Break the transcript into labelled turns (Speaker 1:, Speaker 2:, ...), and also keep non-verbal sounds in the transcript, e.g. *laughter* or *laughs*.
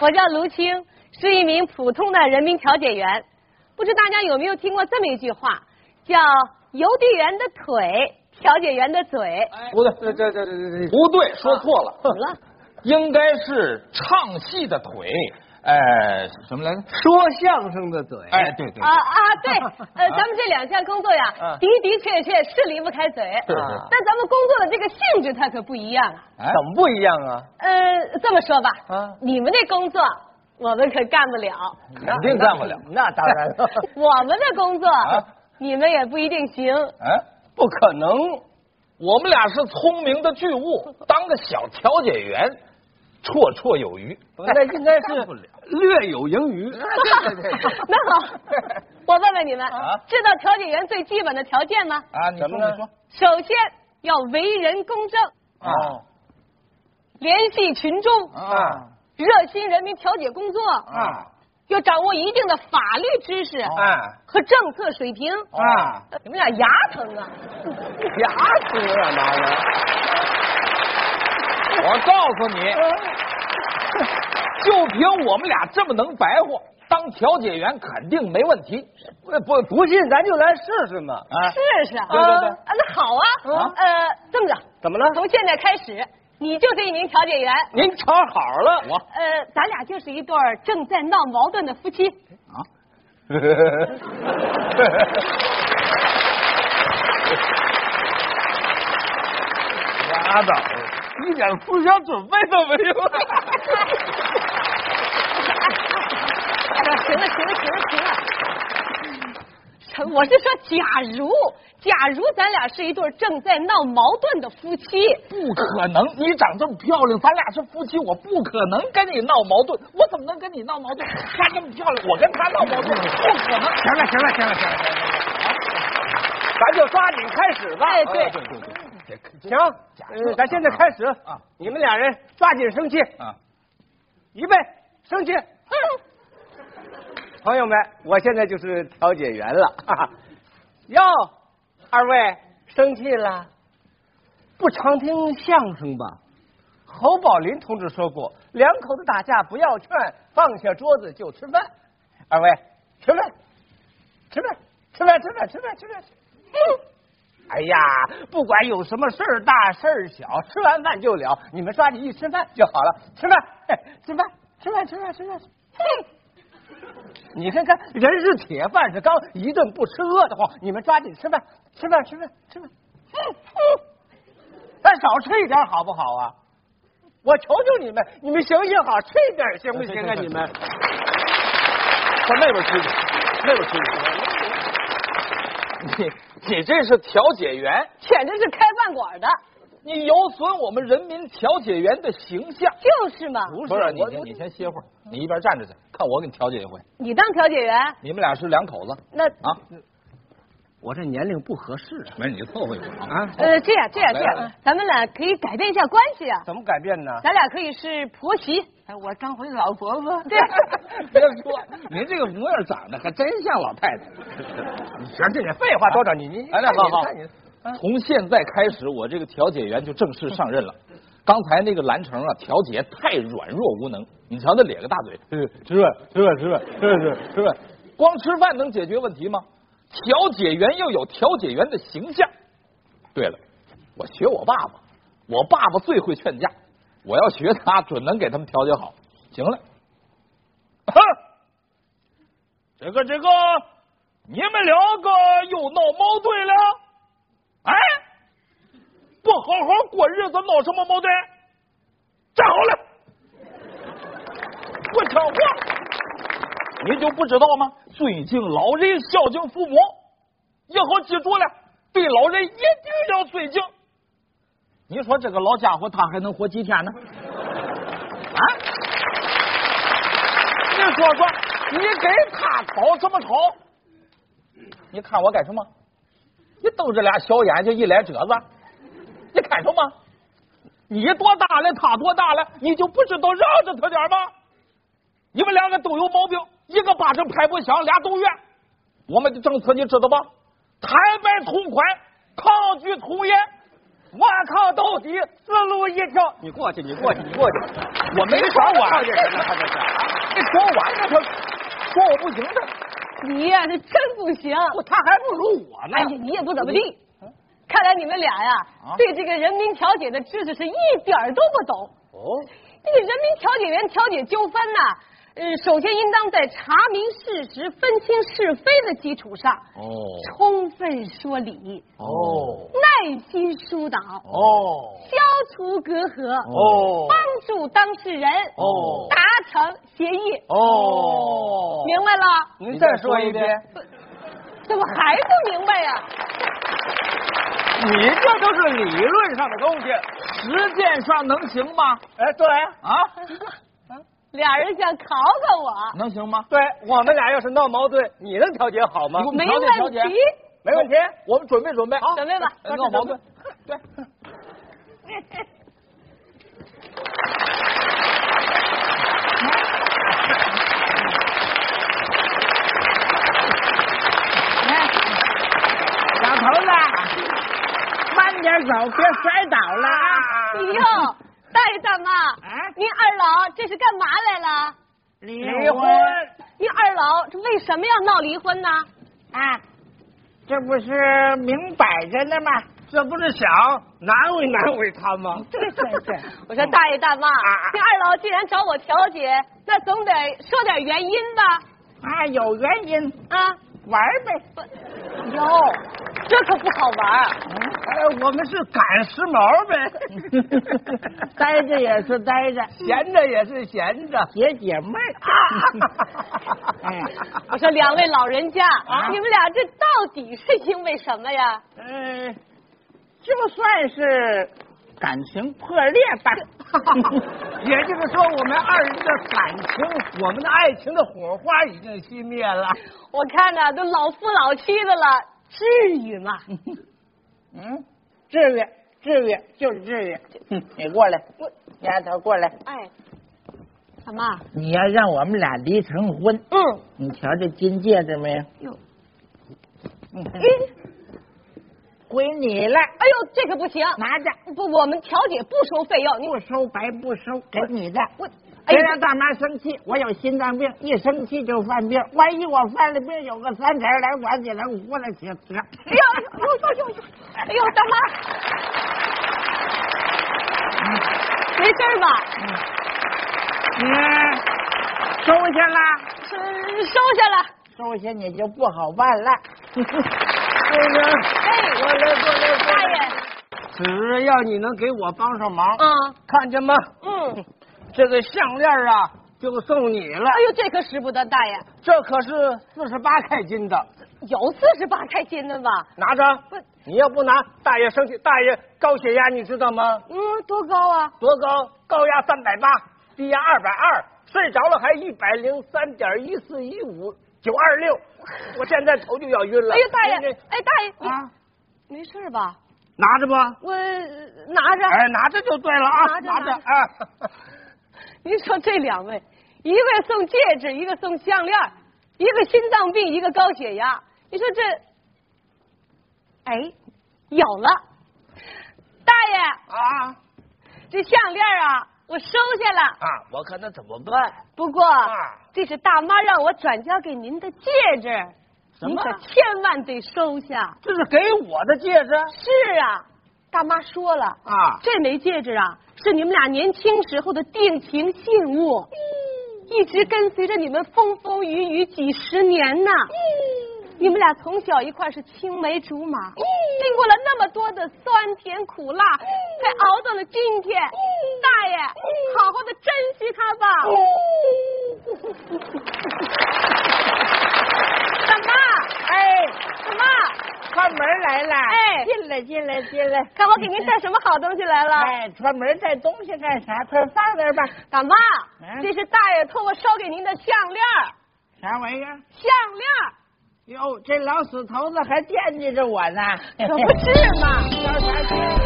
Speaker 1: 我叫卢青，是一名普通的人民调解员。不知大家有没有听过这么一句话，叫“邮递员的腿，调解员的嘴
Speaker 2: 不对，这这这这哎不对，
Speaker 3: 啊
Speaker 2: 说错了”。，
Speaker 1: 怎么了？
Speaker 2: 应该是唱戏的腿，哎，什么来着？
Speaker 3: 说相声的嘴，
Speaker 2: 哎，对对，
Speaker 1: 啊啊，对，呃，咱们这两项工作呀
Speaker 2: 嗯，
Speaker 1: 的的确确是离不开嘴，
Speaker 2: 是是
Speaker 1: 但咱们工作的这个性质它可不一样啊。
Speaker 2: 哎
Speaker 3: 怎么不一样啊？
Speaker 1: 呃，这么说吧，
Speaker 3: 啊
Speaker 1: 你们这工作我们可干不了，
Speaker 4: 嗯
Speaker 2: 肯定干不了。
Speaker 3: 那当然了，
Speaker 1: 我们的工作、
Speaker 2: 啊
Speaker 1: 你们也不一定行。
Speaker 2: 哎，
Speaker 3: 不可能。
Speaker 2: 我们俩是聪明的巨
Speaker 3: *laughs*
Speaker 2: 物，当个小调解员，绰绰有余。
Speaker 3: 那应该
Speaker 2: 干
Speaker 3: 是
Speaker 2: 不了
Speaker 3: 略有盈余。
Speaker 2: *laughs* 对对对
Speaker 3: *laughs*
Speaker 2: 对
Speaker 1: *laughs* 那好，我问问你们，
Speaker 2: 啊
Speaker 1: 知道调解员最基本的条件吗？
Speaker 2: 啊，你说
Speaker 3: 怎么呢
Speaker 2: 你说
Speaker 1: 首先要为人公正，
Speaker 3: 哦
Speaker 2: 啊
Speaker 1: 联系群众，
Speaker 2: 啊
Speaker 1: 热心人民调解工作，
Speaker 3: 哦
Speaker 2: 啊
Speaker 1: 要掌握一定的法律知识
Speaker 3: 哦
Speaker 2: 啊
Speaker 1: 和政策水平。
Speaker 2: 啊！
Speaker 1: 你们俩牙疼啊！
Speaker 3: 牙疼啊，妈的！
Speaker 2: 我告诉你，
Speaker 3: 嗯
Speaker 2: 就凭我们俩这么能白活，当调解员肯定没问题。
Speaker 3: 不不不信，咱就来试试嘛。
Speaker 2: 啊，
Speaker 1: 试试啊！
Speaker 2: 对对对
Speaker 1: 啊那好啊
Speaker 2: 啊，
Speaker 1: 呃，这么着，
Speaker 3: 怎么了？
Speaker 1: 从现在开始，你就是一名调解员。
Speaker 3: 您瞧好了，
Speaker 2: 我
Speaker 1: 呃，咱俩就是一对儿正在闹矛盾的夫妻。
Speaker 2: *laughs* 拉倒，一点思想准备都没有。
Speaker 1: 哎呀行了，行了，行了，行了。什我是说，假如假如咱俩是一对儿正在闹矛盾的夫妻，嗯
Speaker 2: 不可能，你长这么漂亮，咱俩是夫妻，我不可能跟你闹矛盾，我怎么能跟你闹矛盾？她这么漂亮，我跟她闹矛盾，不可能。 *laughs*
Speaker 3: 哎
Speaker 2: 行了，行了，行了，行了，行了，
Speaker 3: 咱就抓紧开始吧。啊
Speaker 1: 哎对
Speaker 2: 对对对，
Speaker 3: 行，呃咱现在开始
Speaker 2: 啊
Speaker 3: 你们俩人抓紧生气，
Speaker 2: 啊，
Speaker 3: 预备生气。朋友们，我现在就是调解员了。哈哈哟，二位生气了？不常听相声吧？侯宝林同志说过，两口子打架不要劝，放下桌子就吃饭。二位吃饭，吃饭，吃饭，吃饭，吃饭，吃饭。哎呀，不管有什么事儿，大事儿小，吃完饭就了。你们抓紧一吃饭就好了，吃饭，嘿吃饭，吃饭，吃饭，吃饭。嘿你看看，人是铁，饭是钢，一顿不吃饿得慌。你们抓紧吃饭，吃饭，吃饭，吃饭。咱少吃一点好不好啊？我求求你们，你们行行好，吃一点行不行啊？你
Speaker 2: *laughs*
Speaker 3: 们
Speaker 2: 上那边吃去，那边吃去。 *laughs* 你你这是调解员，
Speaker 1: 简直是开饭馆的，
Speaker 2: 你有损我们人民调解员的形象。
Speaker 1: 就是嘛。
Speaker 3: 不
Speaker 2: 不是你
Speaker 3: 我
Speaker 2: 先你先歇会儿，你一边站着去，看我给你调解一回。
Speaker 1: 你当调解员，
Speaker 2: 你们俩是两口子
Speaker 1: 那
Speaker 2: 啊，
Speaker 3: 我这年龄不合适
Speaker 2: 没事你就凑合一会儿啊。
Speaker 3: 啊！
Speaker 1: 呃，这样这样
Speaker 2: 来
Speaker 1: 这
Speaker 2: 来
Speaker 1: 样
Speaker 2: 来，
Speaker 1: 咱们俩可以改变一下关系啊。
Speaker 3: 怎么改变呢？
Speaker 1: 咱俩可以是婆媳，
Speaker 3: 哎，我当回老婆
Speaker 4: *laughs*
Speaker 3: 婆。
Speaker 1: 对，
Speaker 2: 别说， *laughs* 您这个模样长得还真像老太太。
Speaker 3: 你 *laughs* 行，这也废话多少？你你
Speaker 2: 哎，那好好
Speaker 3: 你看你，嗯
Speaker 2: 从现在开始，我这个调解员就正式上任了。刚才那个蓝城啊，调解太软弱无能，你瞧那咧个大嘴，吃吃饭吃饭吃饭吃饭吃饭吃饭，光吃饭能解决问题吗？调解员要有调解员的形象。对了，我学我爸爸，我爸爸最会劝架，我要学他，准能给他们调解好。行了， *laughs* 哼，这个这个，你们两个又闹矛盾了，哎，不好好过日子，闹什么矛盾？站好了，不讲话，你就不知道吗？尊敬老人，孝敬父母，以后记住了，对老人一定要尊敬。你说这个老家伙他还能活几天呢？啊？你说说，你给他吵怎么吵？你看我干什么？你瞪着俩小眼睛，一脸褶子，你看什么？你多大了，他多大了，你就不知道让着他点吗？你们两个都有毛病，一个巴掌拍不响，俩都怨。我们的政策你知道吧？坦白从宽，抗拒从严，
Speaker 3: 我靠兜底，四路一条。你过去，你过去，你过去。
Speaker 2: 我没
Speaker 3: 耍
Speaker 2: 耍我
Speaker 3: 靠这人呢，他这是。
Speaker 1: 啊
Speaker 2: *laughs* 这说完了，他说我不行的，
Speaker 1: 你呀、这真不行。
Speaker 2: 不他还不如我呢
Speaker 1: 哎呀，你也不怎么地。看来你们俩呀、
Speaker 2: 啊
Speaker 1: 对这个人民调解的知识是一点儿都不懂。
Speaker 2: 哦，
Speaker 1: 这个人民调解员调解纠纷呐、呃，首先应当在查明事实、分清是非的基础上，
Speaker 2: 哦
Speaker 1: 充分说理，
Speaker 2: 哦
Speaker 1: 耐心疏导，
Speaker 2: 哦
Speaker 1: 消除隔阂，
Speaker 2: 哦
Speaker 1: 帮助当事人
Speaker 2: 哦
Speaker 1: 达成协议。
Speaker 2: 哦
Speaker 1: 明白了？
Speaker 3: 您
Speaker 2: 你
Speaker 3: 再
Speaker 2: 再
Speaker 3: 说
Speaker 2: 说
Speaker 3: 一
Speaker 2: 一
Speaker 3: 遍
Speaker 2: 遍。
Speaker 1: 怎么还不明白呀、
Speaker 2: 你这都是理论上的东西，实践上能行吗？
Speaker 3: 哎，对
Speaker 2: 啊，
Speaker 1: 俩人想考考我，
Speaker 2: 能行吗？
Speaker 3: 对，我们俩要是闹矛盾，你能调解好吗？
Speaker 2: 你
Speaker 1: 没
Speaker 2: 调解调
Speaker 1: 问
Speaker 2: 解
Speaker 1: 题，
Speaker 3: 没问题。
Speaker 2: 我们准备准备，好
Speaker 1: 准备吧
Speaker 2: 呃闹矛盾，对，
Speaker 3: 老头子，慢点走，别摔倒了
Speaker 4: 啊
Speaker 1: 哎呦，戴大妈，您二老这是干嘛来了？
Speaker 4: 离
Speaker 3: 哎离婚，
Speaker 1: 您二老这为什么要闹离婚呢？
Speaker 4: 啊，这不是明摆着的吗？
Speaker 3: 这不是想难为难为他吗？
Speaker 4: *laughs* 对对对，
Speaker 1: 我说大爷大妈，
Speaker 3: 啊
Speaker 1: 您二老既然找我调解，那总得说点原因吧？
Speaker 4: 啊，有原因，
Speaker 1: 啊，
Speaker 4: 玩儿
Speaker 3: *laughs*
Speaker 4: 呗。
Speaker 1: 哟，这可不好玩儿。
Speaker 3: 哎，我们是赶时髦 *laughs* 呗，
Speaker 4: 待着也是待着，
Speaker 3: 闲着也是闲着。
Speaker 4: 解解闷儿。
Speaker 3: *laughs*
Speaker 4: 哎，
Speaker 3: 嗯
Speaker 1: 我说两位老人家，
Speaker 4: 啊
Speaker 1: 你们俩这到底是因为什么呀？
Speaker 4: 嗯，就算是感情破裂 *laughs* 吧。
Speaker 3: 也就是说，我们二人的感情，我们的爱情的火花已经熄灭了。
Speaker 1: 我看呐、都老夫老妻的了，至于吗？
Speaker 4: 嗯，至于至于就是至于。哼你过来，丫头过来，
Speaker 3: 嗯
Speaker 1: 哎，大妈，
Speaker 4: 你要让我们俩离成婚，
Speaker 1: 嗯，
Speaker 4: 你瞧这金戒指没有？
Speaker 1: 哟，
Speaker 4: 嗯归你了，
Speaker 1: 哎呦，这可不行，
Speaker 4: 拿着，
Speaker 1: 不，我们调解不收费用，你
Speaker 4: 不收白不收，给你的。
Speaker 1: 我，哎
Speaker 4: 别
Speaker 1: 呀，
Speaker 4: 让大妈生气，我有心脏病，一生气就犯病。万一我犯了病，有个三茬儿来管起来，我过来去得。
Speaker 1: 哎呦，哎呦，哎呦，哎呦，大妈，没事儿吧？
Speaker 4: 嗯，收下了，
Speaker 1: 收嗯收下了，
Speaker 4: 收下你就不好
Speaker 1: *laughs*
Speaker 4: 办了。
Speaker 1: 哎，
Speaker 3: 过来，过来，过
Speaker 1: 大
Speaker 3: 来。
Speaker 1: 爷，
Speaker 3: 只要你能给我帮上忙，
Speaker 1: 嗯
Speaker 3: 看见吗？
Speaker 1: 嗯，
Speaker 3: 这个项链啊，就送你了。
Speaker 1: 哎呦，这可使不得，大爷，
Speaker 3: 这可是四十八块金的，
Speaker 1: 有四十八块金的吧？
Speaker 3: 拿着
Speaker 1: 不。
Speaker 3: 你要不拿，大爷生气。大爷高血压，你知道吗？
Speaker 1: 嗯，多高啊？
Speaker 3: 多高？高压三百八，低压二百二，睡着了还一百零三点一四一五九二六。我现在头就要晕了。
Speaker 1: 哎呀，大爷
Speaker 3: 您这，
Speaker 2: 嗯
Speaker 1: 哎，大爷，
Speaker 4: 啊，
Speaker 1: 你没事儿吧？
Speaker 3: 拿着吧。
Speaker 1: 我呃拿着。
Speaker 3: 哎，拿着就对了啊，
Speaker 1: 拿着拿着
Speaker 3: 啊。
Speaker 1: *laughs* 您说这两位，一个送戒指，一个送项链儿，一个心脏病，一个高血压。你说这，哎，有了，大爷，
Speaker 3: 啊
Speaker 1: 这项链儿啊，我收下了。呃
Speaker 3: 啊！我看他怎么办？
Speaker 1: 不过
Speaker 3: 啊，
Speaker 1: 这是大妈让我转交给您的戒指，
Speaker 3: 什
Speaker 1: 您
Speaker 3: 么
Speaker 1: 可千万得收下。
Speaker 3: 这是给我的戒指
Speaker 1: 是啊，大妈说了，
Speaker 3: 啊。
Speaker 1: 这枚戒指啊，是你们俩年轻时候的定情信物，一直跟随着你们风风雨雨几十年呢。你们俩从小一块是青梅竹马，经过了那么多的酸甜苦辣，才熬到了今天。大爷，好好的珍惜它吧。大妈，
Speaker 4: 哎，
Speaker 1: 大妈，
Speaker 4: 串门来了，
Speaker 1: 哎
Speaker 4: 进来进来进来，
Speaker 1: 看我给您带什么好东西来了。
Speaker 4: 哎，串门带东西干啥？快放那儿吧。
Speaker 1: 大妈，
Speaker 4: 嗯
Speaker 1: 这是大爷托我捎给您的项链儿，
Speaker 4: 啥玩意儿？
Speaker 1: 项链儿。
Speaker 4: 哟，这老死头子还惦记着我呢。 *laughs*
Speaker 1: 可不是嘛。
Speaker 4: 要啥事儿